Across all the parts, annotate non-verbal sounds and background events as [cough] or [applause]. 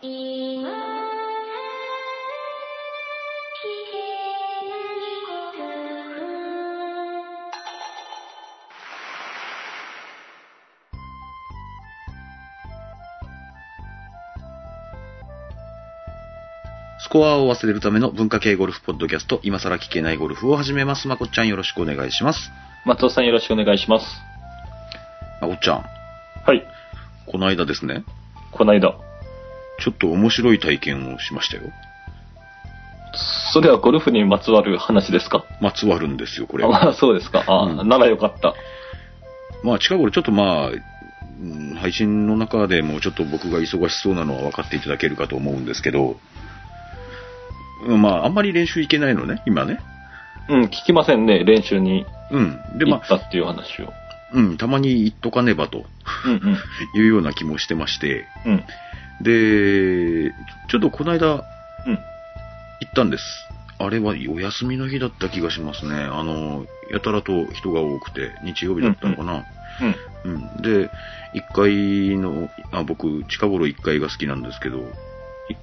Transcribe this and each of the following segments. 今は聞けないことスコアを忘れるための文化系ゴルフポッドキャスト、今更聞けないゴルフを始めます。まこっちゃんよろしくお願いします。松尾さんよろしくお願いします。まこっちゃん、はい。この間ですね、この間。ちょっと面白い体験をしましたよ。それはゴルフにまつわる話ですかまつわるんですよ、これあ、。まあ、そうですか。あ、うんならよかった。まあ近頃ちょっとまあ、うん配信の中でもちょっと僕が忙しそうなのは分かっていただけるかと思うんですけど、うんまああんまり練習行けないのね、今ね。うん、聞きませんね。練習にうん。で行まっあ、たっていう話を。うん、たまに行っとかねばとうんいうような気もしてまして、うん。うん。で、ちょっとこの間うん。行ったんです。あれはお休みの日だった気がしますね。あの、やたらと人が多くて、日曜日だったのかな。うん。うんで、1階の、あ僕、近頃1階が好きなんですけど、1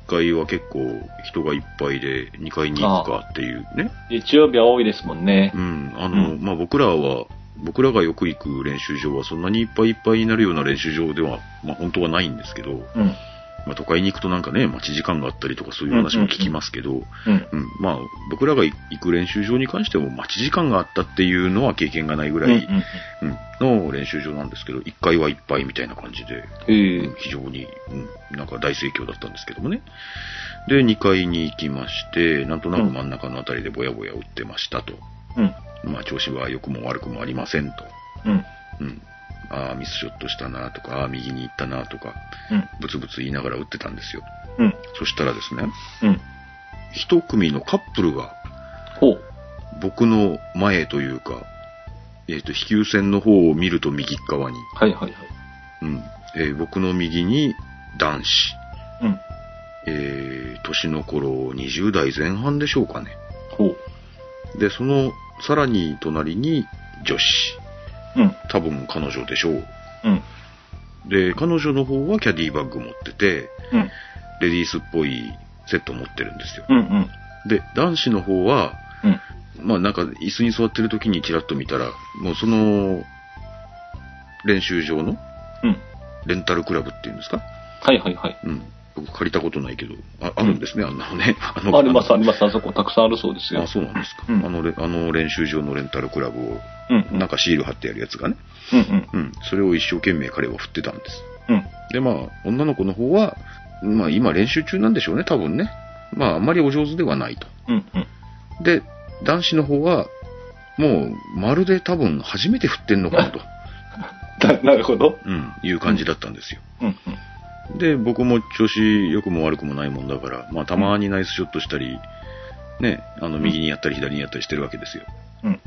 階は結構人がいっぱいで、2階に行くかっていうね。日曜日は多いですもんねう。ん。あの、うんまあ、僕らは、僕らがよく行く練習場はそんなにいっぱいいっぱいになるような練習場では、まあ、本当はないんですけど、うん。まあ、都会に行くとなんかね、待ち時間があったりとかそういう話も聞きますけど、ううん。ん、まあ、僕らが行く練習場に関しても待ち時間があったっていうのは経験がないぐうらんい、うんの練習場なんですけど、1階はいっぱいみたいな感じで、うん。へうん非常に、うん、なんか大盛況だったんですけどもね。で、2階に行きまして、なんとなく真ん中のあたりでぼやぼや打ってましたと。うん。まあ、調子は良くも悪くもありませんと。うん。うん。ああ、ミスショットしたなとか、ああ、右に行ったなとか、うん。ブツブツ言いながら打ってたんですよ。うん。そしたらですね、うん。一組のカップルがほう。僕の前というか、えっ、と、飛球線の方を見ると右側に、はいはいはい。うんえー僕の右に男子、うん。えー年の頃20代前半でしょうかね。ほう。で、そのさらに隣に女子、うん。多分彼女でしょう。うん。で、彼女の方はキャディバッグ持ってて、うん。レディースっぽいセット持ってるんですよ。うん。うん。で、男子の方は、うん。まあなんか椅子に座ってる時にちらっと見たら、もうその練習場のうん。レンタルクラブっていうんですかはいはいはい。うん。僕借りたことないけど、ああるんですね、あんなの [laughs] ね。あのありますあります。あそこたくさんあるそうですよあ、。そうなんですか。うんあのれあの練習場のレンタルクラブを、うん。うんなんかシール貼ってやるやつがね。うんうん。うん。それを一生懸命彼は振ってたんです。うん。で、まあ、女の子の方は、まあ今練習中なんでしょうね、多分ね。まああんまりお上手ではないと。うん。うん。で、男子の方は、もうまるで多分初めて振ってんのかなと、だなるほど。うん、いう感じだったんですよ。うんうん。で、僕も調子良くも悪くもないもんだから、まあたまにナイスショットしたり、ね、あの右にやったり左にやったりしてるわけですよ。うん。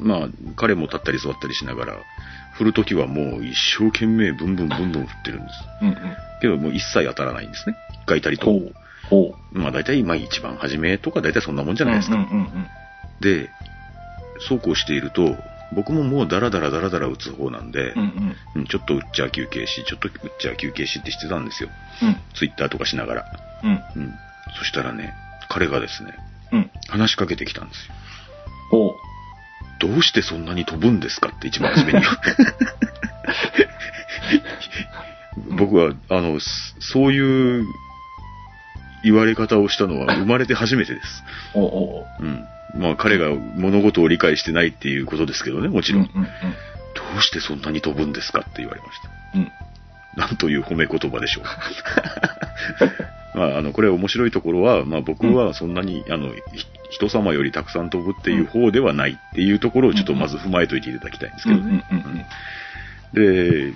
まあ、彼も立ったり座ったりしながら、振るときはもう一生懸命ブンブンブンブン振ってるんです。うんうん。けどもう一切当たらないんですね。一回たりとほも。う。ほう。まあ大体、まあ一番初めとか大体そんなもんじゃないですか。うんうんうんで、そうこうしていると、僕ももうダラダラダラダラ打つ方なんで、うん。うんうんちょっと打っちゃ休憩し、ちょっと打っちゃ休憩しってしてたんですよ。うん。ツイッターとかしながら。うん。うん。そしたらね、彼がですね、うん。話しかけてきたんですよ。ほう。どうしてそんなに飛ぶんですかって一番初めに。僕は、あの、そそういう言われ方をしたのは生まれて初めてです。おうおう。うん。まあ彼が物事を理解してないっていうことですけどね、もちろん。うんうんどうしてそんなに飛ぶんですかって言われました。うん。なんという褒め言葉でしょう。まあ、あの、これ面白いところは、まあ僕はそんなに、あの、ひ人様よりたくさん飛ぶっていう方ではないっていうところをちょっとまず踏まえといていただきたいんですうけんどうんね。で、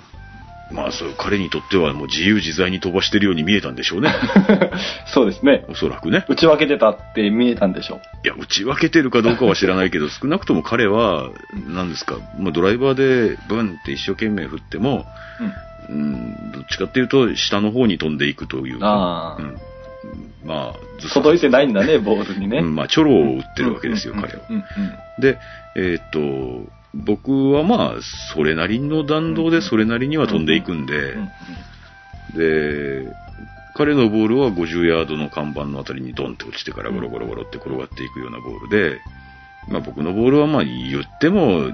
まあそう、彼にとってはもう自由自在に飛ばしてるように見えたんでしょう [laughs] ね。そうですね。おそらくね。打ち分けてたって見えたんでしょいう。や、打ち分けてるかどうかは知らないけど、少なくとも彼は、何ですか、まあ、ドライバーでブンって一生懸命振っても、うん、どっちかっていうと、下の方に飛んでいくというかあ、うあん、まあ、ず届いてないんだね、ボールにね。うんまあ、チョロを打ってるわけですよ、うんうん彼は。うんで、えーっと、僕はまあ、それなりの弾道でそれなりには飛んでいくんで、うんうんで、彼のボールは50ヤードの看板のあたりにドンって落ちてからゴロゴロゴロって転がっていくようなボールで、まあ僕のボールはまあ言っても、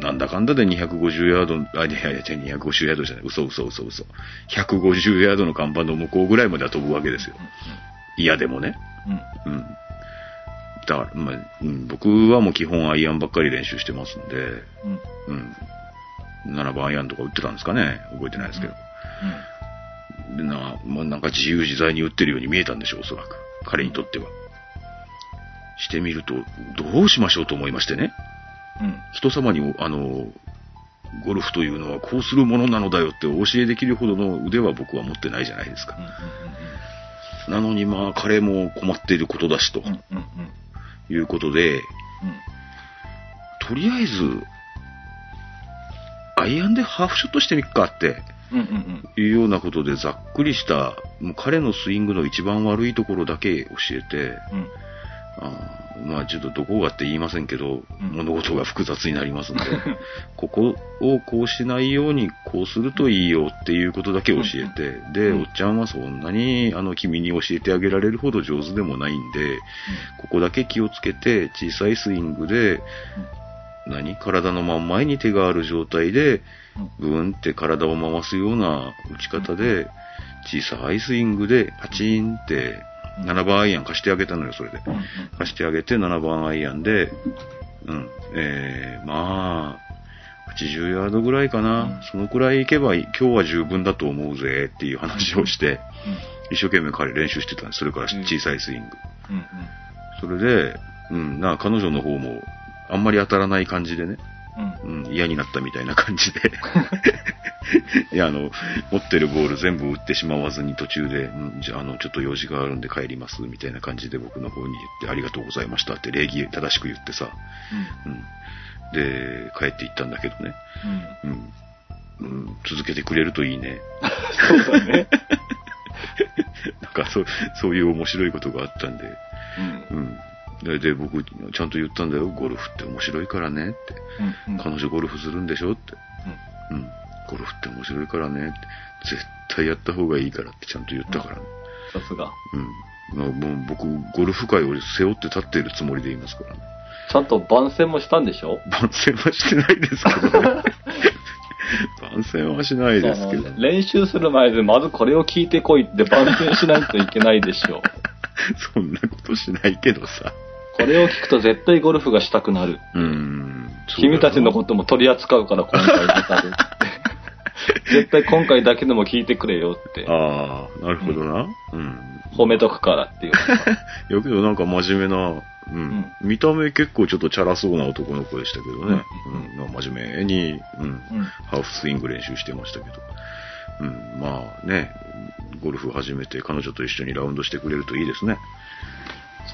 なんだかんだで250ヤード、あ、いやいやいや、250ヤードじゃない、嘘嘘嘘嘘。150ヤードの看板の向こうぐらいまでは飛ぶわけですよ。嫌でもね。うん。うん。だから、まあ、うん僕はもう基本アイアンばっかり練習してますんで、うん。うん。うん。7番アイアンとか打ってたんですかね覚えてないですけど。でな、まあ、なんか自由自在に打ってるように見えたんでしょう、おそらく。彼にとっては。してみると、どうしましょうと思いましてね。うん。人様にも、あの、ゴルフというのはこうするものなのだよってお教えできるほどの腕は僕は持ってないじゃないですか。なのにまあ彼も困っていることだしとうん。うん。うん。うん。いうことで、とりあえず、アイアンでハーフショットしてみっかってうん。うん。うん。いうようなことでざっくりした、もう彼のスイングの一番悪いところだけ教えて、うん。あーまあちょっとどこがって言いませんけど、うん物事が複雑になります [laughs] ので、ここをこうしないようにこうするといいよっていうことだけ教えて、で、うんおっちゃんはそんなにあの君に教えてあげられるほど上手でもないんで、ここだけ気をつけて小さいスイングで、何体の真ん前に手がある状態で、ブーンって体を回すような打ち方で、小さいスイングでパチンって、うん7番アイアン貸してあげたのよ、それで。うん。貸してあげて7番アイアンで、うん、えー、まあ、80ヤードぐらいかな、うんそのくらい行けば今日は十分だと思うぜっていう話をして、一生懸命彼練習してたんです。それからうん小さいスイング。うん。それで、うん、な、彼女の方も、あんまり当たらない感じでね、うん。うん、嫌になったみたいな感じ [laughs] で。いや、あの、持ってるボール全部打ってしまわずに途中で、うん、じゃあ、あの、ちょっと用事があるんで帰ります、みたいな感じで僕の方に言って、ありがとうございましたって礼儀正しく言ってさ、うん。で、帰って行ったんだけどね、ううん。ん。うん、続けてくれるといいね。 [laughs] そうだね。なんか、そう、そういう面白いことがあったんで、うん。で、で僕、ちゃんと言ったんだよ、ゴルフって面白いからねって。うん。うん。彼女ゴルフするんでしょって。うん。ゴルフって面白いからねって。絶対やった方がいいからってちゃんと言ったからね。さすが。うん。まあもう僕、ゴルフ界を背負って立っているつもりでいますからね。ちゃんと番宣もしたんでしょ番宣はしてないですけ [laughs] どね。番宣はしないですけど。練習する前でまずこれを聞いてこいって番宣しないといけないでしょ。そんなことしないけどさ。これを聞くと絶対ゴルフがしたくなる。うん。君たちのとことも取り扱うから今回出たでって。絶対今回だけでも聞いてくれよって。ああ、なるほどな。うん。褒めとくからっていう。いやけどなんか真面目な、うん、見た目結構ちょっとチャラそうな男の子でしたけどね。ううんん、まあ真面目に、うん、うん。ハーフスイング練習してましたけど。うん、まあね、ゴルフ始めて彼女と一緒にラウンドしてくれるといいですね。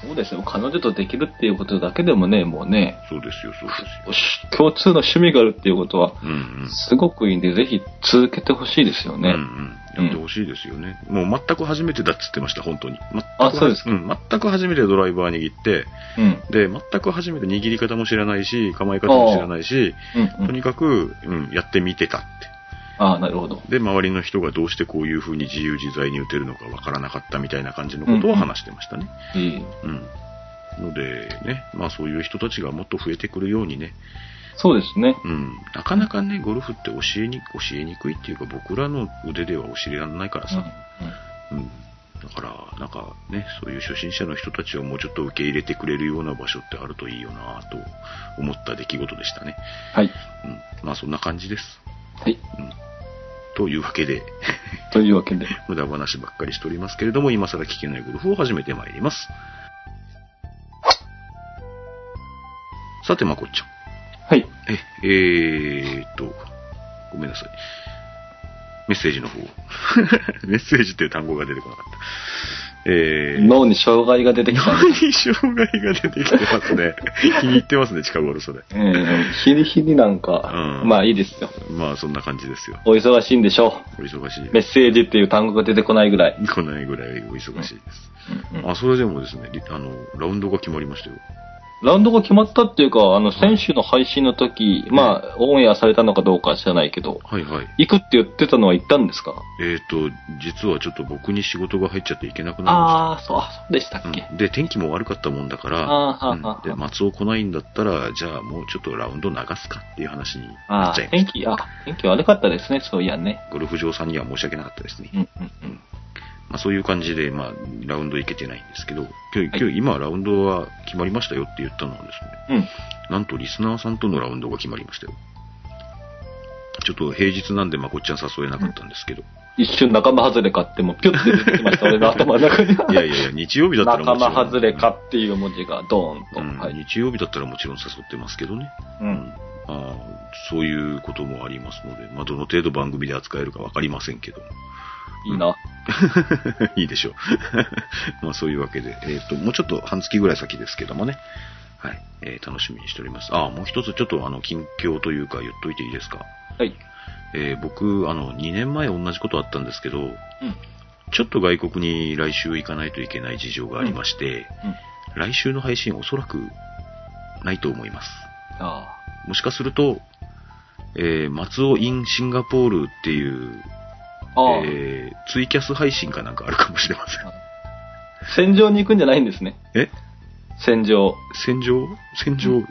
そうですよ。彼女とできるっていうことだけでもね、もうね、そうですよ、そうですよ。し共通の趣味があるっていうことは、うんうん。すごくいいんで、ぜひ続けてほしいですよね。うんうん、やってほしいですよね、もう全く初めてだっつってました、本当に。全くあそうですかん、全く初めてドライバー握って、うん。で、全く初めて握り方も知らないし、構え方も知らないし、うん。とうん。にかく、うん、やってみてたって。ああ、なるほど。で、周りの人がどうしてこういう風に自由自在に打てるのかわからなかったみたいな感じのことを話してましたね。いい。うん。ので、ね、まあそういう人たちがもっと増えてくるようにね、そうですね。うん、なかなかね、ゴルフって教えに、教えにくいっていうか、僕らの腕では教えられないからうん。うさ、うん。だから、なんかね、そういう初心者の人たちをもうちょっと受け入れてくれるような場所ってあるといいよなぁと思った出来事でしたね。はい。うん。まあそんな感じです。はい。というわけで、 [laughs] というわけで。無駄話ばっかりしておりますけれども、今更聞けないゴルフを始めてまいります。さて、まこっちゃん。はい。え、えーっと、ごめんなさい。メッセージ [laughs] の方。メッセージっていう単語が出てこなかった。えー、脳に障害が出てきた。 [laughs] 脳に障害が出てきてます [laughs] ね。気に入ってますね、近頃それ。ええヒリヒリなんか、うんまあいいですよ。まあ、そんな感じですよ。お忙しいんでしょお忙しい。う。メッセージっていう単語が出てこないぐらい。こないぐらいお忙しいです。うんうんあ、それでもですね、りあの、ラウンドが決まりましたよ。ラウンドが決まったっていうか、あの、先週の配信の時、まあ、オンエアされたのかどうかは知らないけど、はいはい。行くって言ってたのは行ったんですかえっ、と、実はちょっと僕に仕事が入っちゃっていけなくなああ、そう、あそうでしたっりましけた。。うん、で、天気も悪かったもんだから、ああ、うはんあ、はで、松尾来ないんだったら、じゃあもうちょっとラウンド流すかっていう話にあ。あなっあちゃい、ま天した。気、あ、天気悪かったですね、そういやね。ゴルフ場さんには申し訳なかったですね。うん、うん、うん。まあ、そういう感じで、まあ、ラウンド行けてないんですけど、今は日、い今日今ラウンドは決まりましたよって言ったのはですね、うんなんとリスナーさんとのラウンドが決まりましたよ。ちょっと平日なんで、まあ、こっちは誘えなかったんですけど、一瞬仲間外れかって、もうピュッて出てきました、俺の頭の中に。いやいやいや、日曜日だったら仲もちろん。間外れかっていう文字がドーンと。うん、はい。日曜日だったらもちろん誘ってますけどね。う。うんあーそういうこともありますので、まあ、どの程度番組で扱えるかわかりませんけど。いいな。 [laughs] いいでしょう。 [laughs] まあそういうわけで、えっ、と、もうちょっと半月ぐらい先ですけどもね。はい。えー楽しみにしております。ああ、もう一つちょっとあの、近況というか言っといていいですか。はい。えー僕、あの、2年前同じことあったんですけど、ちょっと外国に来週行かないといけない事情がありまして、うんうん来週の配信おそらくないと思います。あもしかすると、えー松尾 in シンガポールっていう、あ。ああ。えーツイキャス配信かなんかあるかもしれません。戦場に行くんじゃないんですね。え戦場。戦場戦場、うん。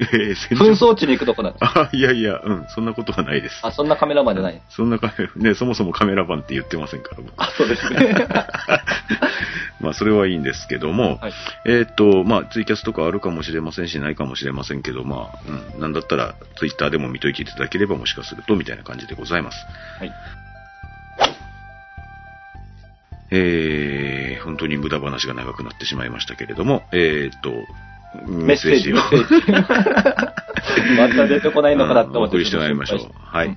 えー戦紛場争地に行くとこだ。あ、いやいや、うん、そんなことはないです。あ、そんなカメラマンじゃない。そんなカメ、ね、そもそもカメラ版って言ってませんから、僕あ、そうですね。まあ、それはいいんですけども、はい。えーっと、まあ、ツイキャスとかあるかもしれませんし、ないかもしれませんけど、まあ、うん、なんだったら、ツイッターでも見といていただければ、もしかすると、みたいな感じでございます。はい。えー、本当に無駄話が長くなってしまいましたけれども、えーっと、メッセージ、メッセージ。また出てこないのかなってうんお思って送りしてまいりましょうち。っと心はういん。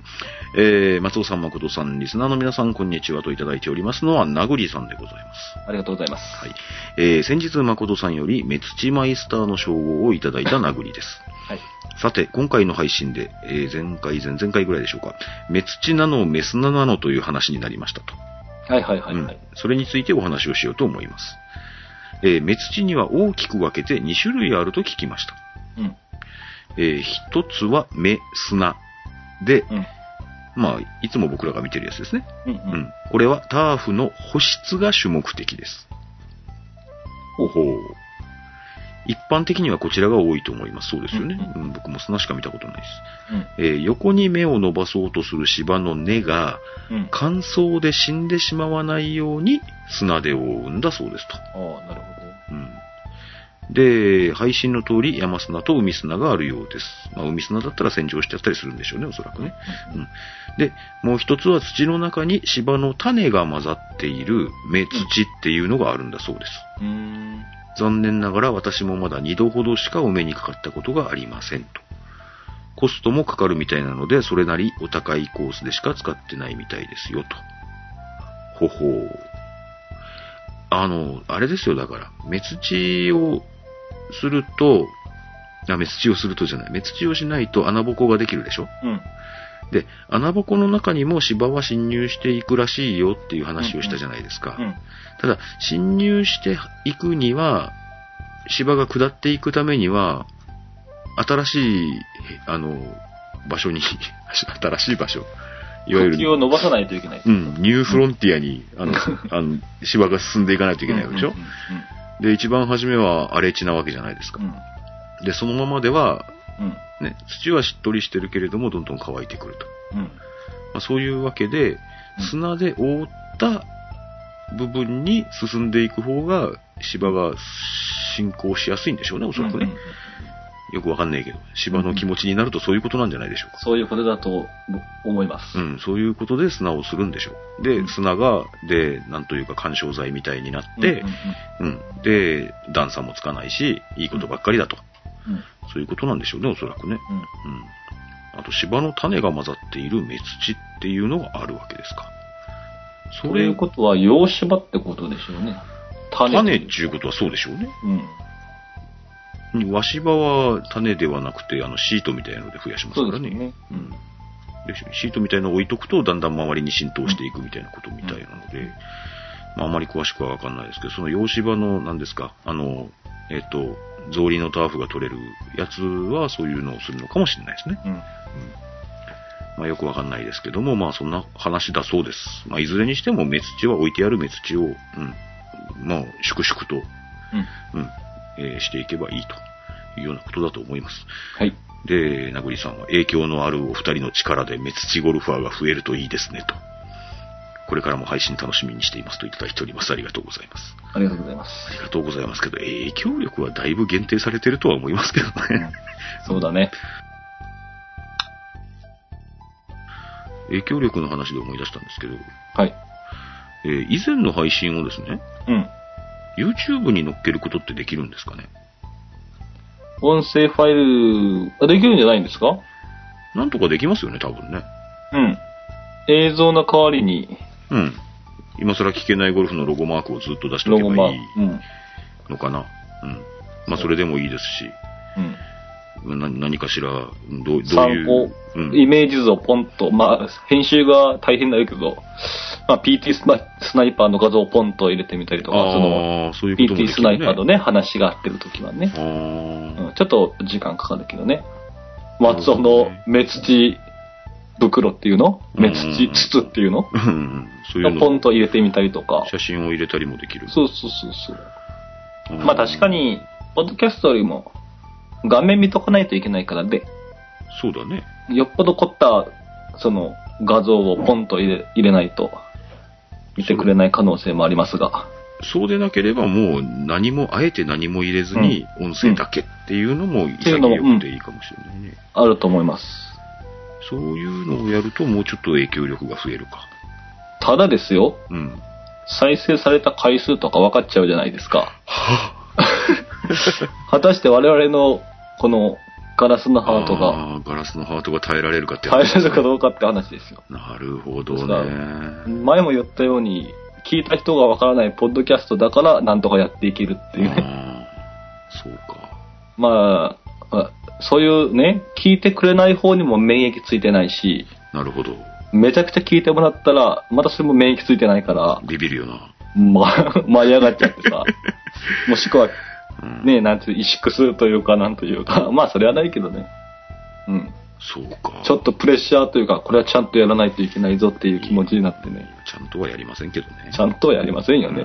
えー、松尾さん、誠さん、リスナーの皆さん、こんにちはといただいておりますのは、なぐりさんでございます。配ありがとうございます。はい。えー、先日、誠さんより、メツチマイスターの称号をいただいたなぐりです。はい。さて、今回の配信で、えー前回、前々回ぐらいでしょうか、メツチなの、メスナなのという話になりましたと。はいはいはいはういん。それについてお話をしようと思います。えー、メツチには大きく分けて2種類あると聞きました。うん。えー一つは目、砂。で、うんまあ、いつも僕らが見てるやつですね。うんううん。ん。これはターフの保湿が主目的です。ほほう。一般的にはこちらが多いと思います。そうですよね。ううん僕も砂しか見たことないです。うんえー横に目を伸ばそうとする芝の根がうん。乾燥で死んでしまわないように砂で覆うんだそうですと。ああ、なるほうど。んで、配信の通り山砂と海砂があるようです。まあ、海砂だったら洗浄しちゃったりするんでしょうね、おそらくね。うんで、もう一つは土の中に芝の種が混ざっている目土っていうのがあるんだそうです。うーん。残念ながら私もまだ2度ほどしかお目にかかったことがありませんと。コストもかかるみたいなので、それなりお高いコースでしか使ってないみたいですよと。ほほう。あの、あれですよ、だから、目土をすると、あ、目土をするとじゃない、目土をしないと穴ぼこができるでしょうん。で、穴ぼこの中にも芝は侵入していくらしいよっていう話をしたじゃないですか。うん。ただ、侵入していくには、芝が下っていくためには、新しい、あの、場所に、 [laughs] 新しい場所、いわゆ茎をる、伸ばさないといけない。うん、ニューフロンティアに、あの、あの芝が進んでいかないといけないわけでしょうん。うで、一番初めは荒れ地なわけじゃないですかん。うん。で、そのままでは、うん。ね、土はしっとりしてるけれども、どんどん乾いてくると。うん。まあ、そういうわけで、砂で覆った部分に進んでいく方が芝が進行しやすいんでしょうね、おそらくね。うんうんよくわかんないけど、芝の気持ちになるとそういうことなんじゃないでしょうか。そういうことだと思います。うん、そういうことで砂をするんでしょう。でう、ん砂が、で、なんというか干渉剤みたいになってうん、うん、で、段差もつかないし、いいことばっかりだと。うんうんそういうことなんでしょうね、おそらくね。うんうん。あと、芝の種が混ざっている目土っていうのがあるわけですか。ということは、洋芝ってことでしょうね。種。種っちゅうことはそうでしょうね。うん。和芝は種ではなくて、あの、シートみたいなので増やしますかそうらですね。よね。うん。でシートみたいなのを置いとくと、だんだん周りに浸透していくみたいなことみたいなので、まあ、あまり詳しくはわかんないですけど、その洋芝の、何ですか、あの、えっ、と、草履のターフが取れるやつはそういうのをするのかもしれないですね。うん。まあ、よくわかんないですけども、まあ、そんな話だそうです。まあ、いずれにしても、目土は置いてある目土を、うん、まあ、粛々と、うん。うん、えーしていけばいいというようなことだと思います。はい。で、なぐりさんは、影響のあるお二人の力で目土ゴルファーが増えるといいですね、と。これからも配信楽しみにしていますといただいております。ありがとうございます。ありがとうございます。あり [laughs] がとうございますけど、影響力はだいぶ限定されてるとは思いますけど [laughs] ね。そうだね。影響力の話で思い出したんですけど、はい。えー以前の配信をですね、うん。 YouTube に載っけることってできるんですかね音声ファイル、あできるんじゃないんですかなんとかできますよね、多分ね。うん。映像の代わりに、うん。今更聞けないゴルフのロゴマークをずっと出しておロけゴマばーいいク。うん。のかな。うん。まあ、それでもいいですし、うん。な何かしら、どうどうい参考う、う、ん、イメージ図をポンと、まあ、編集が大変だけど、まあ、PT スナスナイパーの画像をポンと入れてみたりとか、その、ああ、そういうこともで PT スきナイるパーとね。ね、話が合ってる時はね、あーうん、ちょっと時間かかるけどね、松尾の目土袋っていうのうん目土筒っていうのうん [laughs] そういうポのン、と入れてみたりとか、写真を入れたりもできる。そうそうそうそう。うんまあ確か。に、ポッドキャストよりも、画面見とかないといけないからで、そうだね。よっぽど凝った、その、画像をポンと入れ入れないと、見てくれない可能性もありますが。そうでなければもう何も、あえて何も入れずに音声だけっていうのもてい潔うのもくていいかもしれないね。あると思います。そういうのをやるともうちょっと影響力が増えるか。ただですよ、 [laughs] うん。再生された回数とか分かっちゃうじゃないですか。は果たして我々の、この、ガラスのハートが、あーガラスのハートが耐えられるかってや耐えつられるかどうかって話ですよ。なるほどそうねだ。前も言ったように、聞いた人が分からないポッドキャストだから、なんとかやっていけるっていうね。あーそうか。まあ、あそういうね、聞いてくれない方にも免疫ついてないし、なるほど。めちゃくちゃ聞いてもらったら、またそれも免疫ついてないから、ビビるよな。ま、 [laughs] 舞い上がっちゃっ [laughs] てさ、もしくは、うん、ね、なんていう、萎縮するというか、 [laughs] なんというか、まあ、それはないけどね。うん。そうか。ちょっとプレッシャーというか、これはちゃんとやらないといけないぞっていう気持ちになってね、ちゃんとはやりませんけどね。ちゃんとはやりませんようんね。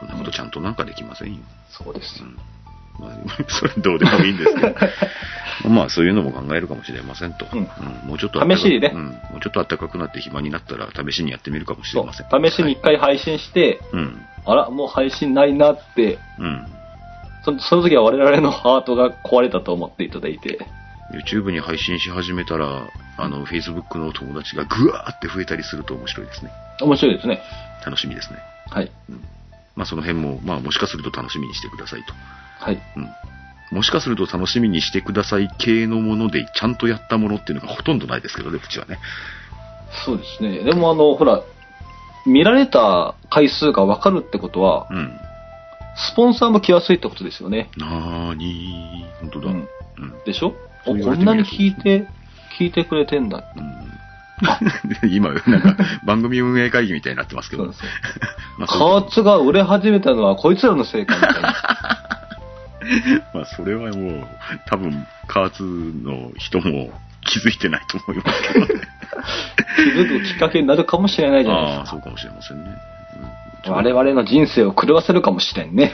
こんなことちゃんとなんかできませんよ。そうですう。んまあ、 [laughs] それどうでもいいんですけど、 [laughs] まあそういうのも考えるかもしれませんと。うんんもうちょっと暖か試しにねうん、もうちょっと暖かくなって暇になったら試しにやってみるかもしそれうません。試しに一回配信して、うん。あら、もう配信ないなって、うん。そその時は我々のハートが壊れたと思っていただいて、 YouTube に配信し始めたら、あの、Facebook のお友達がぐわーって増えたりすると面白いですね。面白いですね。楽しみですね。はい。まあその辺も、まあもしかすると楽しみにしてくださいと。はい。うん。もしかすると楽しみにしてください系のもので、ちゃんとやったものっていうのがほとんどないですけどね、うちはね。そうですね。でもあの、ほら、見られた回数がわかるってことは、うん。スポンサーも来やすいってことですよね。なーにー、本当だ。うんうんでしょそうお言わこれてみんなれにば聞いて、聞いてくれてんだ。うん今、なんか、番組運営会議みたいになってますけそうど、なんですよ。まあ、加そ圧が売れ始めたのはこいつらのせいかみたい [laughs] な。まあ、それはもう、多分、加圧の人も気づいてないと思いますけどね。気づくきっかけになるかもしれないじゃないああでー、すそか。うかもしれませんね。我々の人生を狂わせるかもしれん [laughs] ね。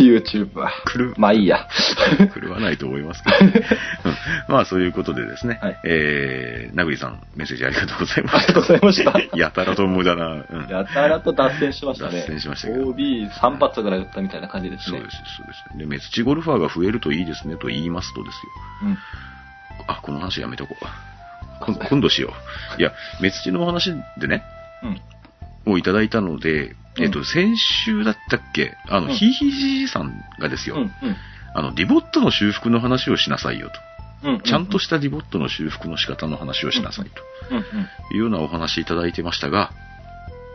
YouTube は。狂うまあいいや。狂わないと思いますけ [laughs] ど、ね、うんまあ、そういうことでですね、はいえー、なぐりさん、メッセージありがとうございあまりしがとうございました。た。 [laughs] やたらと無駄な、うん、 [laughs] やたらと脱線しましたね。脱線しましたけど OB3 発ぐらい打ったみたいな感じですそうね。です、そうです。で、メツチゴルファーが増えるといいですねと言いますとですよ。うんあ、この話やめとこう。こん今度しよう。いや、メツチのお話でね、うん。をいただいたので、うえんっと、先週だったっけ、あの、うんヒーヒーじいさんがですよ、うん。うんあの、ディボットの修復の話をしなさいよと。うん。ちゃんとしたディボットの修復の仕方の話をしなさいうんうん。というようなお話いただいてましたが、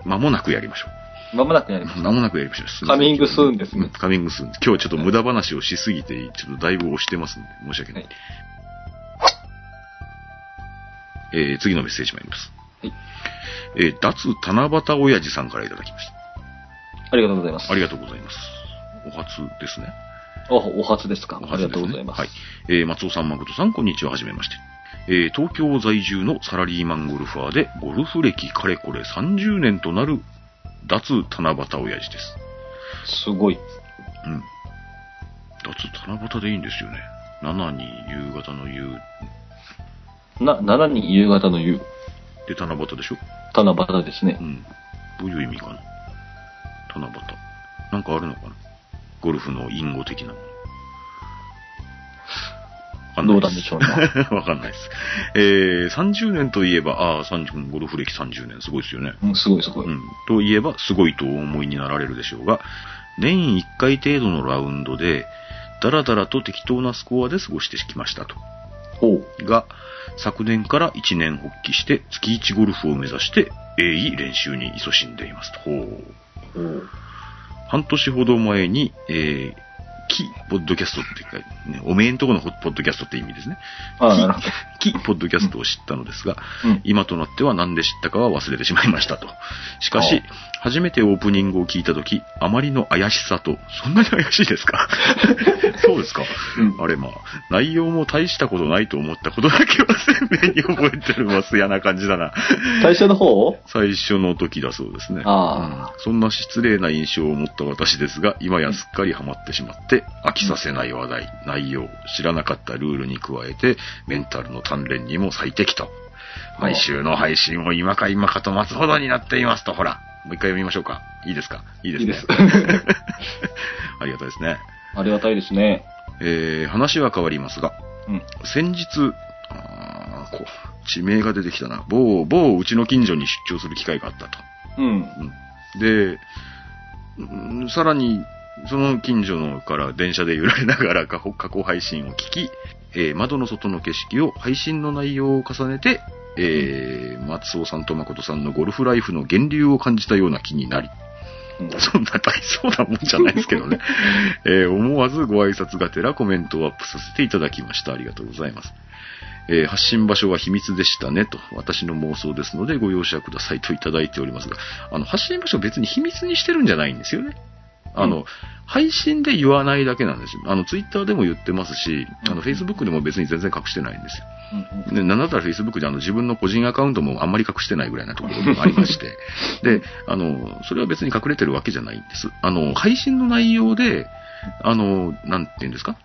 間もなくやりましょまもなくやります。う。間もなくやりましょう。カミングスーンですねうんカミングスーン。今日ちょっと無駄話をしすぎて、ちょっとだいぶ押してますんで、申し訳ない。はいえー次のメッセージ参ります。はいえー脱七夕親父さんからいただきましありがとうございます。た。ありがとうございます。お初ですね。あ、お初ですか。おあはりずがでとねうございます。はい。えー松尾さん、誠さん、こんにちは。はじめまして。えー東京在住のサラリーマンゴルファーで、ゴルフ歴かれこれ30年となる、脱七夕親父です。すごい。うん。脱七夕でいいんですよね。7に夕方の夕な、7人夕方の夕、で七夕でしょ七夕ですねう。ん。どういう意味かな七夕。なんかあるのかなゴルフの隠語的なもの。わかんどなういなでんすでしょう [laughs] ね。わかんないです。えー、30年といえば、ああ、30ゴルフ歴30年、すごいですよね。うん、すごいすごい。うん。といえば、すごいとお思いになられるでしょうが、年1回程度のラウンドで、だらだらと適当なスコアで過ごしてきましたと。ほう。が、昨年から一年発起して、月1ゴルフを目指して、鋭意練習に勤しんでいますと。ほう。ほう。半年ほど前に、えー、キポッドキャストって書いて、ね、おめえんとこのポッドキャストって意味ですね。ああ、なるほど。キポッドキャストを知ったのですが、 [laughs] うん。今となっては何で知ったかは忘れてしまいましたと。しかし、初めてオープニングを聞いたとき、あまりの怪しさと、そんなに怪しいです [laughs] かそうですか、うんあれまあ、内容も大したことないと思ったことだけは鮮明に覚えてるます。嫌な感じだな。最初の方最初の時だそうですね。あうんそんな失礼な印象を持った私ですが、今やすっかりハマってしまって、飽きさせない話題、内容、知らなかったルールに加えて、メンタルの鍛錬にも最適と。あ毎週の配信を今か今かと待つほどになっていますと、ほら。もう一回読みましょうか。いいですかいいですね。いいです [laughs] ありがたいですね。ありがたいですね。えー、話は変わりますが、うん。先日、あーこう地名が出てきたな。某、某うちの近所に出張する機会があったと。うん。で、うんさらに、その近所のから電車で揺られながら過去過去配信を聞き、えー窓の外の景色を配信の内容を重ねて、えー松尾さんと誠さんのゴルフライフの源流を感じたような気になり、うんそんな大層なもんじゃないですけど [laughs] ね、えー思わずご挨拶がてらコメントをアップさせていただきました。ありがとうございます。えー発信場所は秘密でしたねと、私の妄想ですのでご容赦くださいといただいておりますが、あの、発信場所別に秘密にしてるんじゃないんですよね。あの、うん配信で言わないだけなんですよ。あの、ツイッターでも言ってますし、あうんの、フェイスブックでも別に全然隠してないんですよ。うんで、なんだったら Facebook であの自分の個人アカウントもあんまり隠してないぐらいなところもありま [laughs] して。で、あの、それは別に隠れてるわけじゃないんです。あの、配信の内容で、あの、なんて言うんですか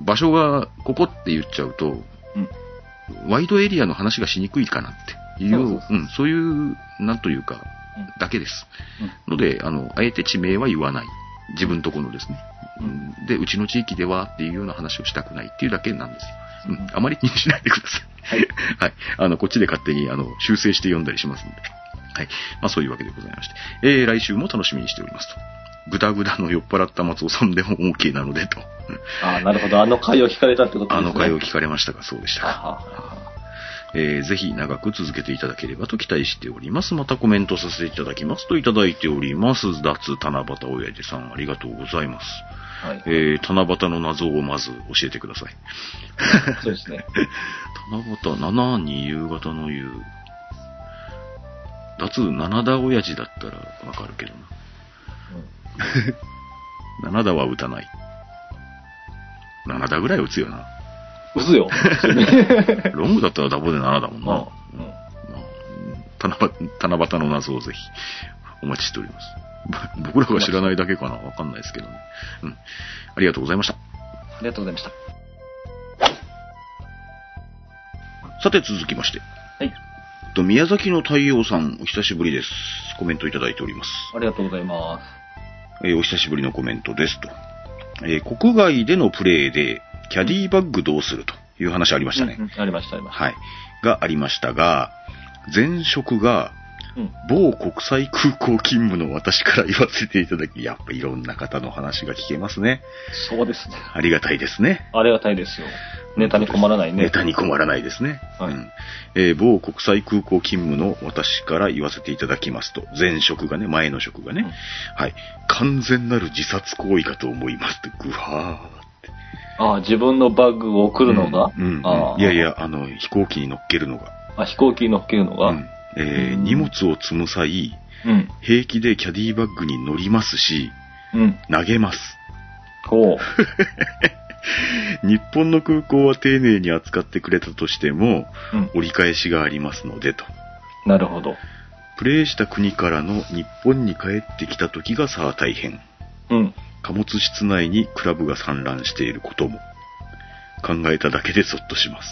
場所がここって言っちゃうと、ワイドエリアの話がしにくいかなっていう、そううそうそん、そういう、なんというか、だけです。ので、あの、あえて地名は言わない。自分とこのですね。ううんんで、うちの地域ではっていうような話をしたくないっていうだけなんです [laughs] よ。ううんん。あまり気にしないでください。 [laughs] はい。あの、こっちで勝手に、あの、修正して読んだりしますんで。はい。まあ、そういうわけでございまして。えー、来週も楽しみにしておりますと。ぐだぐだの酔っ払った松尾さんでも OK なのでと。ああ、なるほど。あの回を聞かれたってことですね。あの回を聞かれましたが、そうでしたあか。はえーぜひ長く続けていただければと期待しております。またコメントさせていただきますといただいております。脱七夕親父さん、ありがとうございます。ははい。えー、七夕の謎をまず教えてください。そうですね。七夕、七に夕方の夕。脱七田親父だったらわかるけどな。七田は打たない。七田ぐらい打つよな。 [laughs] うん。嘘よ。ロングだったらダボで七だもんな。うんうまんあ七夕七夕の謎をぜひお待ちしております。 [laughs] ぼ僕らが知らないだけかなわかんないですけどね。うん。ありがとうございました。ありがとうございました。さて続きまして。はい。と宮崎の太陽さん、お久しぶりです。コメントいただいております。ありがとうございます。えーお久しぶりのコメントですと。えー国外でのプレーで、キャディバッグどうするという話ありましたね。うんうんありました、ありましはい。がありましたが、前職が、た。うん。某国際空港勤務の私から言わせていただき、やっぱいろんな方の話が聞けますね。そうですね。ありがたいですね。ありがたいですよ。ネタに困らないね。ネタに困らないですね。はいうんえー某国際空港勤務の私から言わせていただきますと、前職がね、前の職がね、うんはい、完全なる自殺行為かと思いますって、ぐはーって。ああ、自分のバッグを送るのが、うんうんああいやいや、あの、飛行機に乗っけるのが。あ飛行機に乗っけるのが、うんえー荷物を積む際、うん。平気でキャディバッグに乗りますし、 [laughs] うん。投げます。ほう。日本の空港は丁寧に扱ってくれたとしても、うん。折り返しがありますのでと。なるほど。プレイした国からの日本に帰ってきた時がさあ大変。うん。貨物室内にクラブが散乱していることも。考えただけでゾッとします。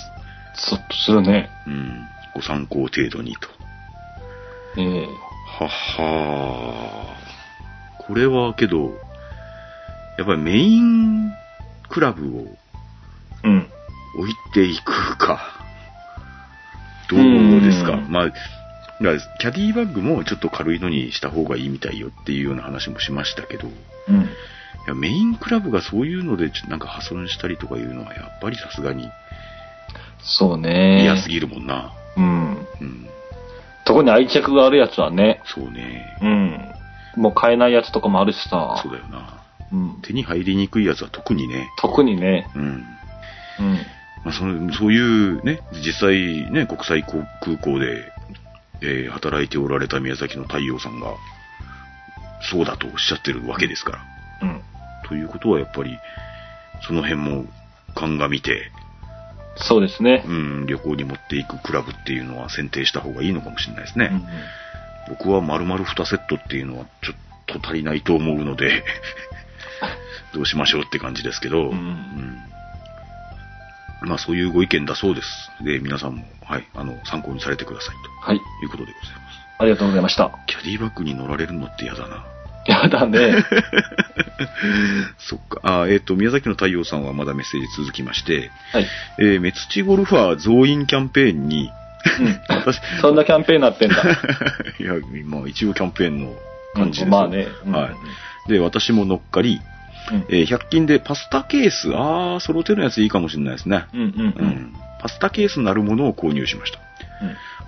そっとするね。うん。ご参考程度にと。ええはっはー。これはけど、やっぱりメインクラブをうん。置いていくか。どうですか。うんまあ、だからキャディバッグもちょっと軽いのにした方がいいみたいよっていうような話もしましたけど、いうん。やメインクラブがそういうのでちょなんか破損したりとかいうのはやっぱりさすがにそうね。嫌すぎるもんな。うん。うん。特に愛着があるやつはね。そうね。うん。もう買えないやつとかもあるしさそ。うだよな。うん。手に入りにくいやつは特にね。特にね。うん。うん。まあ、そのそういうね、実際ね、国際航空港で、えー働いておられた宮崎の太陽さんが、そうだとおっしゃってるわけですから。うん。ということはやっぱり、その辺も鑑みて、そうですね。うん、旅行に持っていくクラブっていうのは選定した方がいいのかもしれないですうね。ん。僕は丸々2セットっていうのはちょっと足りないと思うので、 [laughs] どうしましょうって感じですけど、ううんんまあそういうご意見だそうです。で、皆さんも、はい、あの、参考にされてくださいはい。ということでございます。ありがとうございました。キャディバッグに乗られるのって嫌だな。 [laughs] やだね。そっか。あ、えっ、と、宮崎の太陽さんはまだメッセージ続きまして、はい。えー、メツチゴルファー増員キャンペーン [laughs] に、うん。私、そんなキャンペーンになってんだ。いや、まあ一応キャンペーンの [laughs] 感じですよ、うんまあね。うんはい。で、私も乗っかり、うんえー100均でパスタケース、あー、揃ってるやついいかもしれないですね。うんうんううんん。パスタケースなるものを購入しました。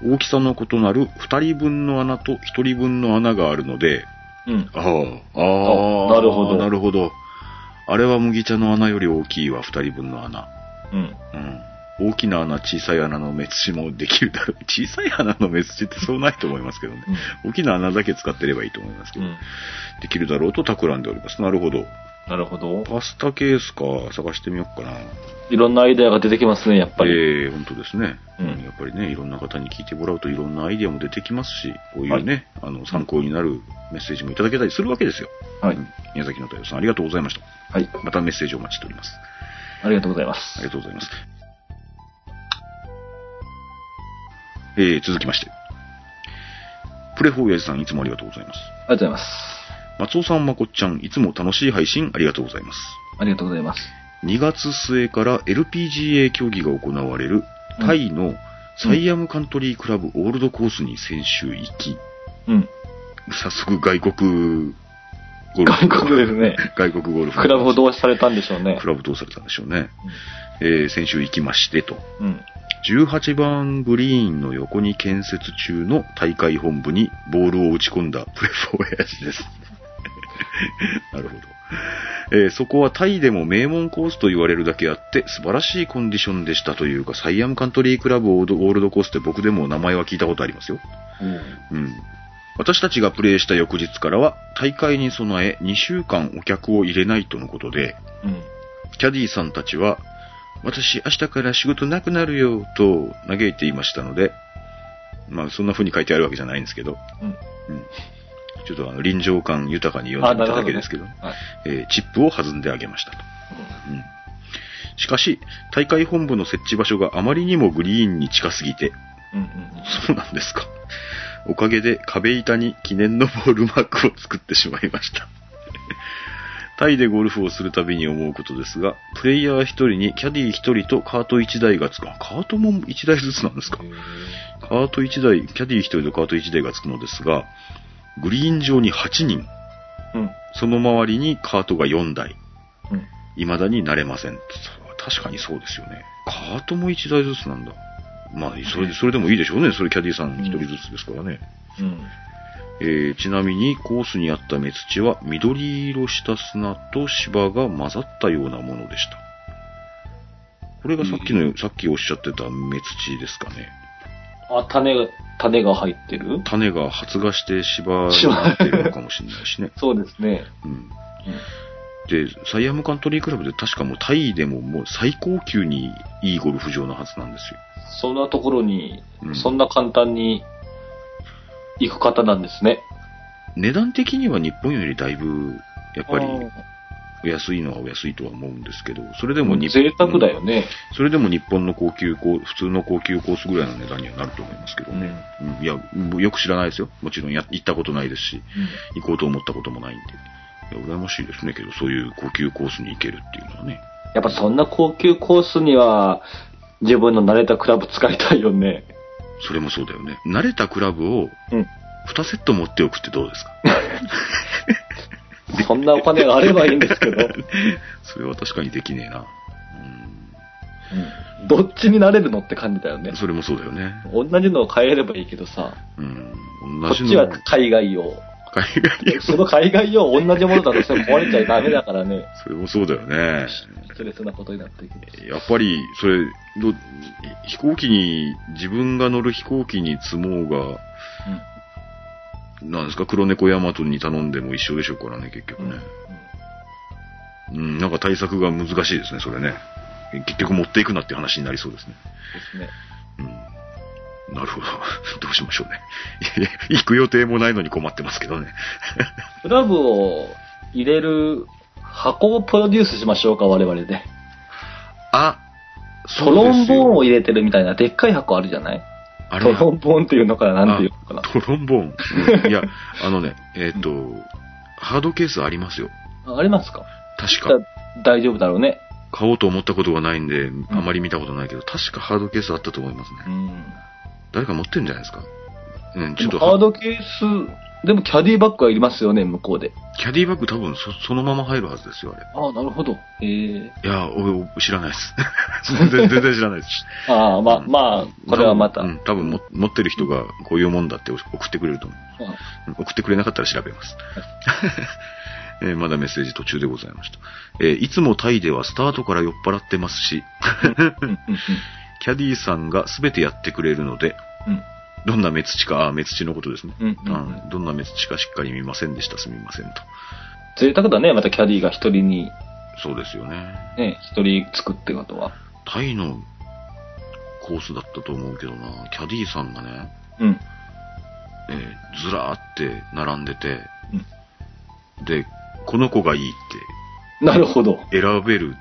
大きさの異なる2人分の穴と1人分の穴があるので、うん。うん。あー、あー、あなるほどなるほど。あれは麦茶の穴より大きいわ、2人分の穴。うん。うん。大きな穴、小さい穴の目つもできるだろう。小さい穴の目つってそうないと思いますけどね。大きな穴だけ使ってればいいと思いますけうど、ん。できるだろうと企んでおります。なるほど。なるほど。パスタケースか、探してみようかな。いろんなアイデアが出てきますね、やっぱり。ええ本当ですね、うんやっぱりね、いろんな方に聞いてもらうといろんなアイディアも出てきますし、こういうね、あの、参考になるメッセージもいただけたりするわけですよ。はい。宮崎の太陽さん、ありがとうございました。はい。またメッセージをお待ちしております。ありがとうございまあすり。がとうございます。えー、続きまして。プレフォーヤジさん、いつもありがとうございます。ありがとうございます。松尾さん、まこっちゃん、いつも楽しい配信ありがとうございます。ありがとうございます。 2月末から LPGA 競技が行われるタイのサイアムカントリークラブオールドコースに先週行き、うん。早速外国ゴルフ。外国ですね。外国ゴルフ。クラブをどうされたんでしょうねク。ラブどうされたんでしょうね。えー先週行きましてと。うん。 18番グリーンの横に建設中の大会本部にボールを打ち込んだプレフォーヤジです。 [laughs] なるほど、えーそこはタイでも名門コースと言われるだけあって素晴らしいコンディションでしたというかサイアムカントリークラブオールドオールドコースって僕でも名前は聞いたことありますよ。うん。私たちがプレーした翌日からは大会に備え2週間お客を入れないとのことで、うん。キャディーさんたちは、私明日から仕事なくなるよと嘆いていましたので、まあそんな風に書いてあるわけじゃないんですけど、うん。うん、ちょっとあの臨場感豊かに読んでみただけですけど、はい。えーチップを弾んであげましたと。うんしかし、大会本部の設置場所があまりにもグリーンに近すぎて、うんうんそうなんですか。おかげで壁板に記念のボールマークを作ってしまいました。タイでゴルフをするたびに思うことですが、プレイヤー1人にキャディー1人とカート1台がつく。あカートも1台ずつなんですかう。ん。カート1台、キャディー1人とカート1台がつくのですが、グリーン上に8人、うん。その周りにカートが4台。うん。未だになれません。確かにそうですよね。カートも1台ずつなんだ。まあ、それでそれでもいいでしょうね。それキャディーさん1人ずつですからね。うん。えーちなみにコースにあった目土は緑色した砂と芝が混ざったようなものでした。これがさっきの、さっきおっしゃってた目土ですかね。あ、種が、種が入ってる種が [laughs]。発芽して芝になってるのかもしれないしねそうですね。うん、で、サイアムカントリークラブで確かもうタイでももう最高級にいいゴルフ場のはずなんですよ。そんなところに、うんそんな簡単に行く方なんですね。値段的には日本よりだいぶ、やっぱりあーお安いのはお安いとは思うんですけど、それでも日贅沢だよね。それでも日本の高級コー普通の高級コースぐらいの値段にはなると思いますけどね。うんいや、もうよく知らないですよ。もちろんや行ったことないですし、行こうと思ったこともないんで。いや、羨ましいですね、けど、そういう高級コースに行けるっていうのはね。やっぱそんな高級コースには、自分の慣れたクラブ使いたいよね。それもそうだよね。慣れたクラブをうん2セット持っておくってどうですか、 [laughs] そんなお金があればいいんですけど、それは確かにできねえな。どっちになれるのって感じだようねん。。それもそうだよね。同じのを買えればいいけどさ、うん。こ同っじちのは海外用。海外その海外用同じものだとしても壊れちゃダメだからね。それもそうだよね。ストレスなことになってくる。やっぱり、それ、ど飛行機に、自分が乗る飛行機に積もうが、なんですか、黒猫ヤマトに頼んでも一緒でしょうからね、結局うんね。うん、なんか対策が難しいですね、それね。結局持っていくなって話になりそうですね。ですね。うん。なるほど。 [laughs] どうしましょうね。いやいや行く予定もないのに困ってますけどね。 [laughs] クラブを入れる箱をプロデュースしましょうか、我々で。あ、トロンボーンをン入れてるみたいな、でっかい箱あるじゃないあトれロンボーンっていうのかな、なんていうのかな。トロンボーン。うんいや、あのね、えっ、と、ハードケースありますよ。あありますか確だか。大丈夫だろうね。買おうと思ったことがないんで、あまり見たことないけど、確かハードケースあったと思いますうね。ん。誰か持ってるんじゃないですか。うん、ちでょっともハーは、ドケース、でもキャディバッグはいりますよね、向こうで。キャディバッグ多分そそのまま入るはずですよ、あれ。ああ、なるほど。ええいや、俺、知らないです。 [laughs] 全然、全然知らないです。ああ、まあ、うんまあ、 [laughs] これはまた。うん、多分も持ってる人がこういうもんだって送ってくれると思う。うん送ってくれなかったら調べます。 [laughs] えーまだメッセージ途中でございました。えーいつもタイではスタートから酔っ払ってますし、 [laughs] うんうんうんキャディーさんが全てやってくれるので、うんどんな目つちか、あー、目つちのことですね。うんうんうんうんどんな目つちかしっかり見ませんでした、すみませんと。贅沢だね、またキャディが一人に、そうですよね。ね、一人作ってことは。タイのコースだったと思うけどな、キャディーさんがね、うん。えーずらーって並んでて、うんで、この子がいいっなるほど。て、選べる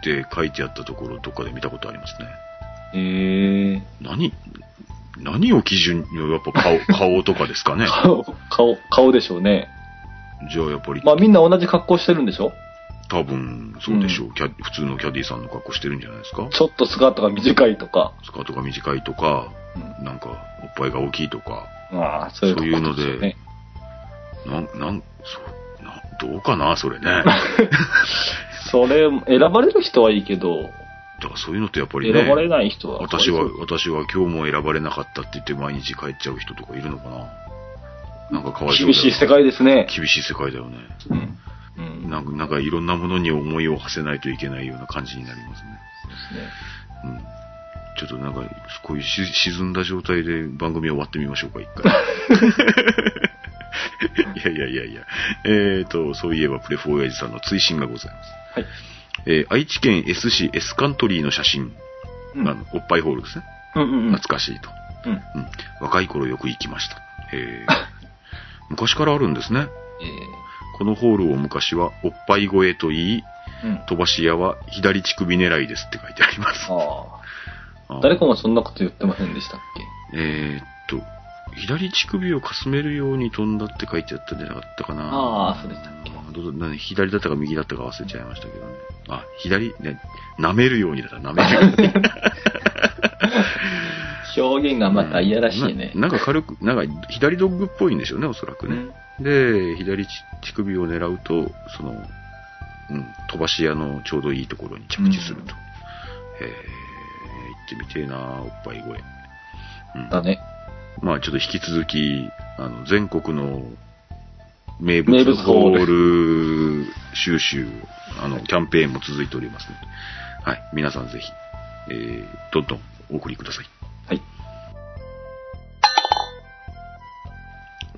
って書いてあったところ、どっかで見たことありますね。ええ何、何を基準に、やっぱ顔、 [laughs] 顔とかですかね。顔、顔、顔でしょうね。じゃあやっぱり、まあみんな同じ格好してるんでしょ多分、そうでしょう、キャ普通のキャディーさんの格好してるんじゃないですか。ちょっとスカートが短いとか。スカートが短いとか、うなんか、おっぱいが大きいとか、ああ、そういうそういうので格好すね。なん、なん、そう、などうかな、それ [laughs] ね。だかそれ、選ばれる人はいいけど、らそういうのってやっぱり選ね、ばれない人は。私は、私は今日も選ばれなかったって言って毎日帰っちゃう人とかいるのかななんかかわいそうだ厳しい世界ですね。厳しい世界だよね。うん。うん。なんか、なんかいろんなものに思いを馳せないといけないような感じになりますね。ですねうん。ちょっとなんか、こういうし沈んだ状態で番組終わってみましょうか、一 [laughs] 回。いやいやいやいや。えーと、そういえばプレフォー親父さんの追伸がございます。はい。えー愛知県 S 市 S カントリーの写真。うんあの、おっぱいホールですね。うんうんうん。懐かしいと。うん。うん。若い頃よく行きました。えー [laughs] 昔からあるんですね。えこのホールを昔はおっぱい越えと言い、えうん。飛ばし屋は左乳首狙いですって書いてあります。あああ。ー誰かもそんなこと言ってませんでしたっけえーっと、左乳首をかすめるように飛んだって書いてあったんじゃなかったかな。あーそうでしたっけうんどうぞな左だったか右だったか忘れちゃいましたけどね。あ、左、ね、舐めるようにだった、舐めるように。表現が [laughs] またいやらしいね。な。なんか軽く、なんか左ドッグっぽいんでしょうね、おそらくね。で、左乳乳首を狙うと、その、うん、飛ばし屋のちょうどいいところに着地すると。うんへえ、行ってみてえなおっぱい声。うんだね。まあちょっと引き続き、あの、全国の名名物物ホホールール収集、あの、キャンペーンも続いておりますので、はい、皆さんぜひ、えー、どんどんお送りください。はい。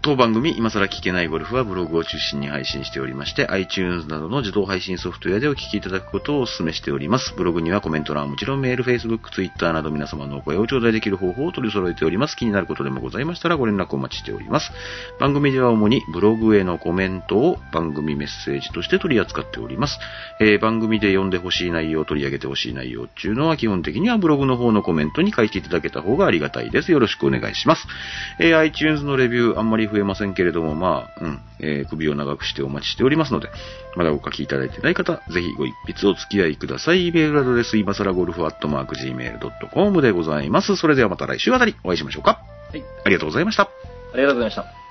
当番組、今更聞けないゴルフはブログを中心に配信しておりまして、iTunes などの自動配信ソフトウェアでお聞きいただくことをお勧めしております。ブログにはコメント欄はもちろんメール、Facebook、Twitter など皆様のお声を頂戴できる方法を取り揃えております。気になることでもございましたらご連絡お待ちしております。番組では主にブログへのコメントを番組メッセージとして取り扱っております。えー番組で読んでほしい内容、取り上げてほしい内容っていうのは基本的にはブログの方のコメントに書いていただけた方がありがたいです。よろしくお願いします。えー iTunes のレビューあんまり増えませんけれども、まあ、うん、えー首を長くしてお待ちしておりますので、まだお書きいただいてない方、ぜひご一筆お付き合いください。メールアドレス、今更ゴルフアットマーク Gmail.com でございます。それではまた来週あたりお会いしましょうか。はい。ありがとうございました。ありがとうございました。